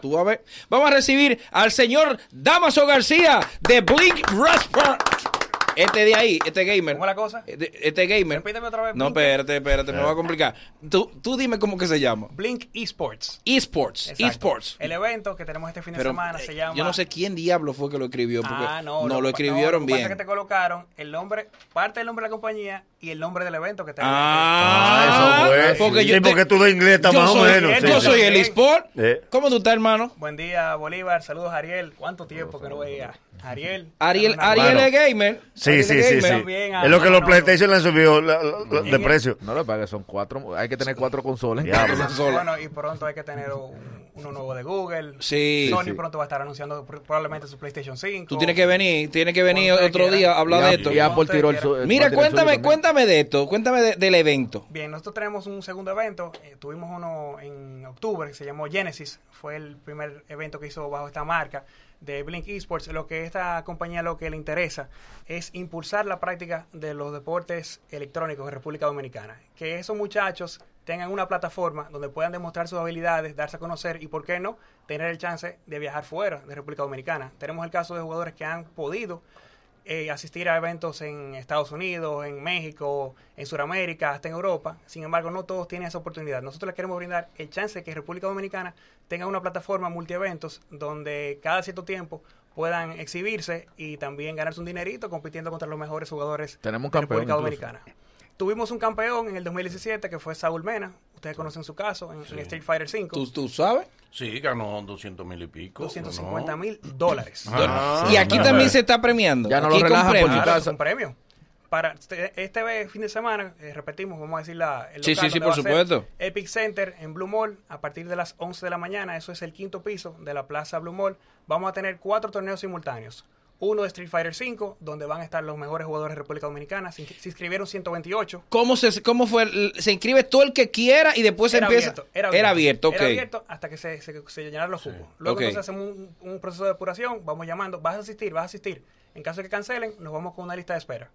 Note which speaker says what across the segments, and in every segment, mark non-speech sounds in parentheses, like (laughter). Speaker 1: Tú vas a ver. Vamos a recibir al señor Damaso García de Blink Restaurant. Este de ahí, este gamer.
Speaker 2: ¿Cómo es la cosa?
Speaker 1: Este, este gamer.
Speaker 2: Repíteme otra vez,
Speaker 1: No,
Speaker 2: Blink.
Speaker 1: espérate, espérate, me va a complicar. Tú, tú dime cómo que se llama.
Speaker 2: Blink Esports.
Speaker 1: Esports.
Speaker 2: Exacto.
Speaker 1: Esports.
Speaker 2: El evento que tenemos este fin de
Speaker 1: Pero,
Speaker 2: semana
Speaker 1: eh,
Speaker 2: se llama.
Speaker 1: Yo no sé quién diablo fue que lo escribió. Porque
Speaker 2: Ah,
Speaker 1: no,
Speaker 2: no.
Speaker 1: lo,
Speaker 2: que pa-
Speaker 1: escribieron
Speaker 2: no, lo que pasa
Speaker 1: bien.
Speaker 2: es que te colocaron el nombre, parte del nombre de la compañía y el nombre del evento que te
Speaker 1: Ah,
Speaker 3: Ah, eso fue. Sí, porque tú de inglés está
Speaker 1: yo
Speaker 3: más o
Speaker 1: soy-
Speaker 3: menos,
Speaker 1: Yo
Speaker 2: sí.
Speaker 1: soy el eSport.
Speaker 3: Eh.
Speaker 1: ¿Cómo tú estás, hermano?
Speaker 2: Buen día, Bolívar. Saludos, Ariel. ¿Cuánto tiempo que no veía? Ariel.
Speaker 1: Ariel,
Speaker 2: Hernández.
Speaker 1: Ariel
Speaker 3: Bueno.
Speaker 1: es gamer.
Speaker 3: Sí,
Speaker 1: Ariel
Speaker 3: sí,
Speaker 1: es
Speaker 3: sí,
Speaker 1: gamer.
Speaker 3: sí.
Speaker 2: También a
Speaker 3: Es lo
Speaker 1: ah,
Speaker 3: que los
Speaker 2: Manolo.
Speaker 3: PlayStation le han subido la- la- la- de
Speaker 2: Y-
Speaker 3: precio.
Speaker 4: No lo pagues, son cuatro. Hay que tener cuatro consolas.
Speaker 3: Diablo.
Speaker 2: Bueno, y pronto hay que tener un- uno nuevo de Google.
Speaker 1: Sí.
Speaker 2: Sony
Speaker 1: Sí.
Speaker 2: pronto va a estar anunciando pr- probablemente su PlayStation 5.
Speaker 1: Tú tienes que venir, tienes que venir
Speaker 2: Cuando
Speaker 1: otro
Speaker 2: ustedes
Speaker 1: día a
Speaker 2: quieran.
Speaker 1: hablar
Speaker 4: Y
Speaker 1: de
Speaker 4: Apple-
Speaker 1: esto.
Speaker 4: Y Apple tiró el su- el-
Speaker 1: Mira,
Speaker 4: Apple tiró Pues, el suyo
Speaker 1: cuéntame,
Speaker 4: también.
Speaker 1: cuéntame de esto, cuéntame de- del evento.
Speaker 2: Bien, nosotros tenemos un segundo evento. eh, tuvimos uno en octubre que se llamó Genesis. Fue el primer evento que hizo bajo esta marca de Blink Esports. Lo que esta compañía lo que le interesa es impulsar la práctica de los deportes electrónicos en República Dominicana. Que esos muchachos tengan una plataforma donde puedan demostrar sus habilidades, darse a conocer y, ¿por qué no?, tener el chance de viajar fuera de República Dominicana. Tenemos el caso de jugadores que han podido eh, asistir a eventos en Estados Unidos, en México, en Sudamérica, hasta en Europa. Sin embargo, no todos tienen esa oportunidad. Nosotros les queremos brindar el chance de que República Dominicana tenga una plataforma multieventos donde cada cierto tiempo puedan exhibirse y también ganarse un dinerito compitiendo contra los mejores jugadores
Speaker 4: Tenemos un
Speaker 2: de
Speaker 4: campeón
Speaker 2: República
Speaker 4: incluso.
Speaker 2: Dominicana. Tuvimos un campeón en el 2017 que fue Saúl Mena. Ustedes conocen su caso en, en Street Fighter 5.
Speaker 1: ¿Tú, tú sabes?
Speaker 5: Sí, ganó 200 mil y pico. ¿no?
Speaker 2: 250 mil dólares.
Speaker 1: y aquí también se está premiando.
Speaker 4: Ya no
Speaker 1: aquí
Speaker 4: lo relajan por
Speaker 1: compremos.
Speaker 4: si
Speaker 2: Claro,
Speaker 4: acaso.
Speaker 2: es un premio. Para este, este fin de semana, eh, repetimos, vamos a decir la. El
Speaker 1: Sí,
Speaker 2: local
Speaker 1: sí, sí,
Speaker 2: donde
Speaker 1: por
Speaker 2: va a ser
Speaker 1: supuesto.
Speaker 2: Epic Center en Blue Mall a partir de las 11 de la mañana. Eso es el quinto piso de la Plaza Blue Mall. Vamos a tener cuatro torneos simultáneos. Uno de Street Fighter 5, donde van a estar los mejores jugadores de República Dominicana. Se, inscri- se inscribieron 128.
Speaker 1: ¿Cómo se cómo fue? el- Se inscribe todo el que quiera y después se
Speaker 2: Era
Speaker 1: empieza.
Speaker 2: abierto, era abierto.
Speaker 1: Era abierto, ok.
Speaker 2: Era abierto hasta que se, se- se llenaran los cupos. Luego
Speaker 1: Ok.
Speaker 2: entonces hacemos un, un proceso de depuración, vamos llamando, vas a asistir, vas a asistir. En caso de que cancelen, nos vamos con una lista de espera.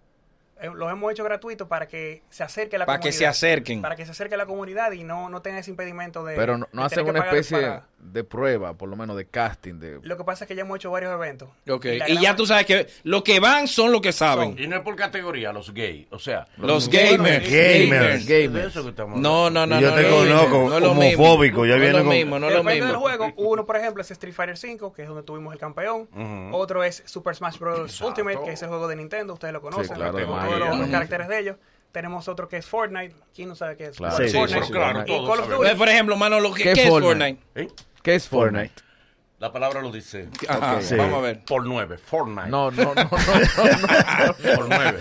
Speaker 2: Eh, Los hemos hecho gratuitos para que se acerque la
Speaker 1: Para que
Speaker 2: comunidad.
Speaker 1: se acerquen.
Speaker 2: Para que se acerque la comunidad y no, no tenga ese impedimento de.
Speaker 4: Pero no, no
Speaker 2: de
Speaker 4: hacen
Speaker 2: tener que
Speaker 4: una
Speaker 2: pagar
Speaker 4: especie
Speaker 2: para-
Speaker 4: de prueba, por lo menos de casting. De...
Speaker 2: Lo que pasa es que ya hemos hecho varios eventos.
Speaker 1: Ok.
Speaker 2: la
Speaker 1: Y
Speaker 2: gran-
Speaker 1: ya tú sabes que los que van son los que saben.
Speaker 5: Y no es por categoría, los gays. O sea,
Speaker 1: Los
Speaker 5: bueno,
Speaker 1: gamers.
Speaker 3: gamers.
Speaker 5: es de eso que estamos
Speaker 1: No, no, no.
Speaker 3: Y yo
Speaker 1: no,
Speaker 3: te
Speaker 1: no es lo mismo,
Speaker 3: conozco,
Speaker 1: no es lo mismo.
Speaker 3: homofóbico, ya
Speaker 1: no es
Speaker 3: viene
Speaker 1: lo
Speaker 3: con-
Speaker 1: mismo, no es lo
Speaker 2: Depende del
Speaker 1: mismo.
Speaker 2: juego, uno por ejemplo es Street Fighter 5, que es donde tuvimos el campeón. Otro es Super Smash Bros. Ultimate, que es el juego de Nintendo, ustedes lo conocen,
Speaker 4: claro, de
Speaker 2: con todos
Speaker 4: Mario,
Speaker 2: los, los
Speaker 4: ¿no?
Speaker 2: caracteres de ellos. Tenemos otro que es Fortnite, ¿quién no sabe qué es?
Speaker 4: Claro.
Speaker 3: Sí, sí,
Speaker 5: Pero
Speaker 2: Fortnite.
Speaker 3: sí,
Speaker 5: claro,
Speaker 2: Y Call
Speaker 5: todos
Speaker 2: of
Speaker 5: sabemos.
Speaker 1: Eh, Por ejemplo, Manolo, ¿qué,
Speaker 4: ¿Qué
Speaker 1: qué es
Speaker 4: Fortnite?
Speaker 1: Fortnite?
Speaker 5: ¿Eh?
Speaker 4: ¿Qué es Fortnite?
Speaker 3: Fortnite?
Speaker 5: La palabra lo dice.
Speaker 1: Ajá,
Speaker 4: Ok.
Speaker 1: Ah, Vamos
Speaker 4: (laughs)
Speaker 1: a ver.
Speaker 5: Por nueve, Fortnite.
Speaker 4: No, no,
Speaker 3: (laughs)
Speaker 4: no, no, no, no.
Speaker 5: Por nueve,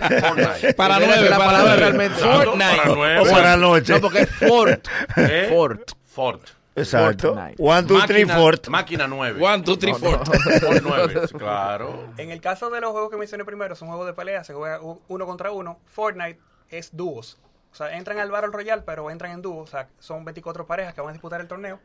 Speaker 1: (laughs)
Speaker 5: Fortnite.
Speaker 1: Para
Speaker 4: Mira,
Speaker 1: nueve,
Speaker 4: la
Speaker 1: para
Speaker 4: palabra
Speaker 1: nueve.
Speaker 4: realmente-
Speaker 5: Para
Speaker 1: Fortnite.
Speaker 3: O
Speaker 5: nueve.
Speaker 3: para la noche.
Speaker 4: No, porque es Fort.
Speaker 5: ¿Eh?
Speaker 4: Fort.
Speaker 5: Fort.
Speaker 3: Exacto.
Speaker 4: Fortnite.
Speaker 3: One, two, three,
Speaker 5: Máquina-
Speaker 3: four.
Speaker 5: Máquina nueve.
Speaker 1: One, two, three, four.
Speaker 5: Por nueve, claro.
Speaker 2: En el caso de los juegos que mencioné primero, son juegos de pelea, se juega u- uno contra uno. Fortnite es dúos. O sea, entran al Battle Royale, pero entran en dúos. O sea, son 24 parejas que van a disputar el torneo.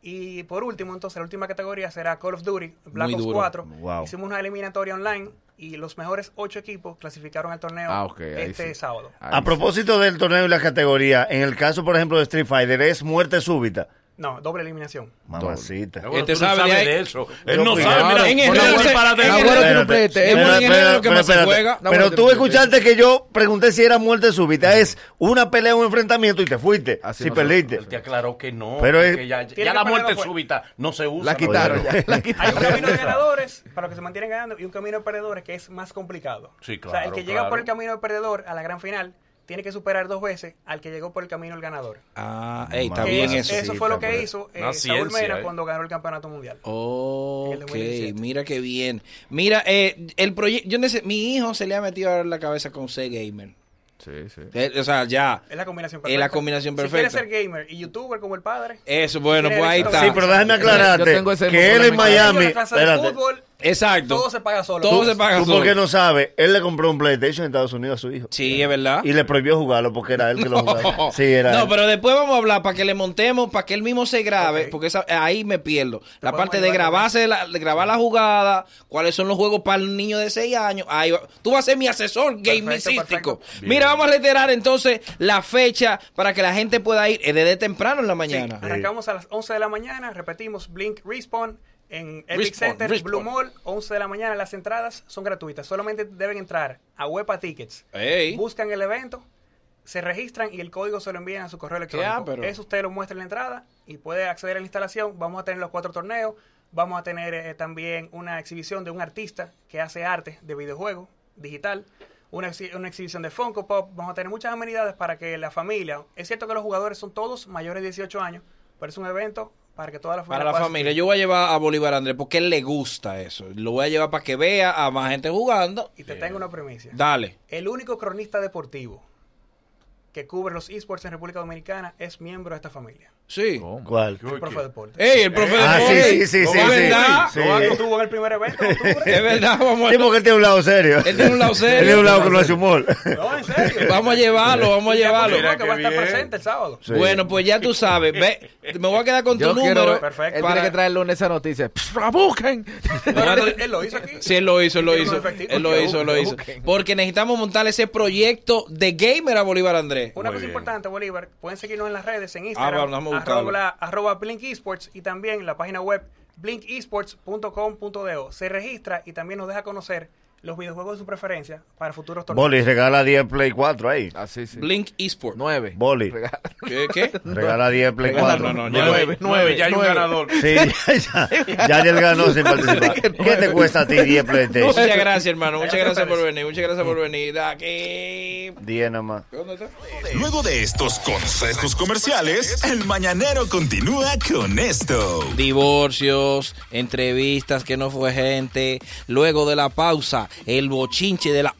Speaker 2: Y por último, entonces, la última categoría será Call of Duty, Black
Speaker 1: Muy
Speaker 2: Ops
Speaker 1: duro.
Speaker 2: 4.
Speaker 3: Wow.
Speaker 2: Hicimos una eliminatoria online y los mejores 8 equipos clasificaron al torneo
Speaker 4: Ah, ok, ahí
Speaker 2: este
Speaker 4: sí. Ah.
Speaker 2: sábado.
Speaker 4: Ahí
Speaker 3: A propósito del torneo y la categoría, en el caso, por ejemplo, de Street Fighter, es muerte súbita.
Speaker 2: No, doble eliminación.
Speaker 3: Mamacita.
Speaker 5: Bueno,
Speaker 1: Este
Speaker 5: tú no
Speaker 1: sabe
Speaker 5: sabes
Speaker 1: de ahí.
Speaker 5: de eso.
Speaker 3: Yo
Speaker 5: Él no
Speaker 3: fui.
Speaker 5: sabe.
Speaker 4: Claro,
Speaker 5: Mira,
Speaker 1: en el
Speaker 5: pon la
Speaker 1: real
Speaker 5: vuelta
Speaker 1: se-
Speaker 5: para
Speaker 1: en
Speaker 5: atrás.
Speaker 1: el
Speaker 5: Pon la
Speaker 1: real
Speaker 5: vuelta.
Speaker 1: se-
Speaker 3: Espérate,
Speaker 1: es que
Speaker 3: espérate,
Speaker 1: en general lo que más se
Speaker 3: espérate.
Speaker 1: juega-
Speaker 4: No,
Speaker 3: Pero
Speaker 4: espérate,
Speaker 3: tú
Speaker 4: espérate.
Speaker 3: escuchaste que yo pregunté si era muerte súbita. Es una pelea, un enfrentamiento y te fuiste.
Speaker 4: Así
Speaker 3: si
Speaker 4: no se-
Speaker 3: perdiste.
Speaker 5: Él te aclaró que no.
Speaker 3: Pero es-
Speaker 5: que ya, ya
Speaker 2: Tiene que
Speaker 5: la
Speaker 2: ponerlo
Speaker 5: muerte
Speaker 2: fuera.
Speaker 5: súbita no se usa.
Speaker 4: La quitaron
Speaker 5: ¿no?
Speaker 4: ya, la
Speaker 2: Hay un
Speaker 4: quitaron.
Speaker 2: camino de ganadores para los que se mantienen ganando y un camino de perdedores que es más complicado.
Speaker 5: Sí,
Speaker 2: O sea, el
Speaker 5: claro,
Speaker 2: que llega por
Speaker 5: claro.
Speaker 2: el camino de perdedor a la gran final tiene que superar dos veces al que llegó por el camino el ganador.
Speaker 1: Ah, ey, está
Speaker 2: Que
Speaker 1: bien
Speaker 2: es-
Speaker 1: eso.
Speaker 2: eso fue lo que
Speaker 4: pero-
Speaker 2: hizo eh, Saúl
Speaker 5: Una ciencia,
Speaker 2: Mena
Speaker 5: eh.
Speaker 2: cuando ganó el campeonato mundial. el
Speaker 1: Ok,
Speaker 2: 2017.
Speaker 1: mira qué bien. Mira, eh, el proyecto, yo nece- mi hijo se le ha metido ahora en la cabeza con C Gamer.
Speaker 4: Sí, sí.
Speaker 1: Eh, o sea, ya.
Speaker 2: Es la combinación
Speaker 1: Es
Speaker 2: perfecta.
Speaker 1: la combinación
Speaker 2: Si
Speaker 1: perfecta.
Speaker 2: quieres ser gamer y youtuber como el padre,
Speaker 1: Eso, bueno,
Speaker 2: Tiene
Speaker 1: pues ahí
Speaker 2: éxito.
Speaker 1: está.
Speaker 3: Sí, pero déjame
Speaker 4: Yo
Speaker 3: aclararte
Speaker 4: tengo ese
Speaker 3: que él en
Speaker 4: problema.
Speaker 2: Yo tengo
Speaker 3: Miami.
Speaker 2: la clase de
Speaker 3: Espérate.
Speaker 2: fútbol,
Speaker 1: Exacto.
Speaker 2: Todo se paga solo.
Speaker 1: Todo se paga
Speaker 3: Tú
Speaker 1: solo.
Speaker 3: porque no sabes, él le compró un PlayStation en Estados Unidos a su hijo. Ah.
Speaker 1: Sí, es verdad.
Speaker 3: Y le prohibió jugarlo porque era él que lo
Speaker 2: Oh.
Speaker 3: jugaba. Sí, era
Speaker 1: (laughs) no,
Speaker 3: él.
Speaker 1: pero después vamos a hablar para que le montemos, para que él mismo se grabe,
Speaker 2: Ok.
Speaker 1: porque esa- ahí me pierdo. La
Speaker 2: podemos
Speaker 1: parte de
Speaker 2: ayudar
Speaker 1: grabarse, la, de grabar la jugada, cuáles son los juegos para el niño de 6 años. Ahí va- Tú vas a ser mi asesor gamicístico.
Speaker 2: perfecto.
Speaker 5: Bien.
Speaker 1: Mira, vamos a reiterar entonces la fecha para que la gente pueda ir eh, desde temprano en la
Speaker 2: Sí,
Speaker 1: mañana.
Speaker 2: arrancamos a las 11 de la mañana, repetimos Blink Respawn en Epic
Speaker 1: Respawn,
Speaker 2: Center,
Speaker 1: Respawn.
Speaker 2: Blue Mall, 11 de la mañana. Las entradas son gratuitas, solamente deben entrar a Wepa Tickets,
Speaker 1: Ey.
Speaker 2: buscan el evento, se registran y el código se lo envían a su correo electrónico.
Speaker 1: Ya, pero-
Speaker 2: Eso usted lo muestra en la entrada y puede acceder a la instalación. Vamos a tener los cuatro torneos, vamos a tener eh, también una exhibición de un artista que hace arte de videojuego digital. Una, exhi- una exhibición de Funko Pop, vamos a tener muchas amenidades para que la familia, es cierto que los jugadores son todos mayores de 18 años, pero es un evento para que toda la familia...
Speaker 1: Para la
Speaker 2: pueda
Speaker 1: familia,
Speaker 2: asistir.
Speaker 1: yo voy a llevar a Bolívar Andrés porque él le gusta eso. Lo voy a llevar para que vea a más gente jugando.
Speaker 2: Y te tengo una premisa.
Speaker 1: Dale.
Speaker 2: El único cronista deportivo que cubre los esports en República Dominicana es miembro de esta familia.
Speaker 1: Sí.
Speaker 2: Oh.
Speaker 4: ¿Cómo?
Speaker 3: ¿Cuál?
Speaker 2: El profe de deporte.
Speaker 1: Ey, el profe
Speaker 3: Ah,
Speaker 1: de
Speaker 3: sí,
Speaker 1: Ey,
Speaker 3: sí, sí,
Speaker 1: ¿no
Speaker 3: sí,
Speaker 1: es
Speaker 3: sí.
Speaker 1: verdad?
Speaker 3: Sí.
Speaker 2: Eh, Lo que estuvo en el primer evento de
Speaker 5: (laughs)
Speaker 1: Es
Speaker 2: octubre.
Speaker 1: verdad, vamos a-
Speaker 3: Sí, porque él tiene un lado serio.
Speaker 1: Él tiene un lado serio.
Speaker 3: (laughs) Él tiene un lado que no hace humor.
Speaker 1: (laughs)
Speaker 2: No, en serio.
Speaker 1: Vamos a llevarlo, vamos a
Speaker 2: Y ya
Speaker 1: llevarlo.
Speaker 2: confirmó
Speaker 5: Mira
Speaker 2: que va a
Speaker 5: qué
Speaker 2: estar
Speaker 5: bien.
Speaker 2: presente el sábado.
Speaker 3: Sí.
Speaker 1: Bueno, pues ya tú sabes. Ve, me voy a quedar con tu
Speaker 4: Yo quiero
Speaker 1: número.
Speaker 4: ver-
Speaker 2: Perfecto.
Speaker 4: Él
Speaker 1: para-
Speaker 4: tiene que traer el lunes esa noticia. Pff, ¡La (laughs) busquen!
Speaker 2: Pero él, él lo hizo aquí.
Speaker 1: Sí, él lo hizo, él lo
Speaker 2: Yo
Speaker 1: hizo.
Speaker 2: no me efectivo,
Speaker 1: Él lo
Speaker 2: yo
Speaker 1: hizo, él lo
Speaker 4: busco,
Speaker 1: hizo.
Speaker 4: busquen.
Speaker 1: Porque necesitamos montar ese proyecto de gamer a Bolívar Andrés.
Speaker 2: Una
Speaker 5: Muy
Speaker 2: cosa
Speaker 5: bien.
Speaker 2: importante, Bolívar, pueden seguirnos en las redes, en
Speaker 1: Ah,
Speaker 2: Instagram,
Speaker 1: bueno, vamos a buscarlo.
Speaker 2: arroba, arroba Blink Esports y también la página web blinkesports.com.do. Se registra y también nos deja conocer los videojuegos de su preferencia para futuros torneos.
Speaker 3: Boli, regala 10 Play 4 ahí.
Speaker 4: Así Ah, sí.
Speaker 1: Blink Esports.
Speaker 4: Nueve.
Speaker 3: Boli.
Speaker 4: Regala-
Speaker 1: ¿Qué? qué?
Speaker 3: Regala 10 Play
Speaker 1: Regala,
Speaker 3: 4.
Speaker 1: no, no, ya
Speaker 5: Nueve, nueve, ya hay un
Speaker 4: nueve.
Speaker 5: ganador.
Speaker 1: (laughs)
Speaker 3: Sí, ya, ya, ya él ganó sin participar. ¿Qué te cuesta a
Speaker 1: (laughs)
Speaker 3: ti 10 PlayStation?
Speaker 1: Muchas gracias, hermano. Muchas
Speaker 2: Gracias,
Speaker 1: gracias por
Speaker 2: Pérez.
Speaker 1: venir. Muchas gracias por venir. Aquí.
Speaker 3: 10 nada más.
Speaker 1: ¿Dónde está?
Speaker 6: Luego de estos consejos comerciales, el mañanero continúa con esto.
Speaker 1: Divorcios, entrevistas que no fue gente. Luego de la pausa, el bochinche de la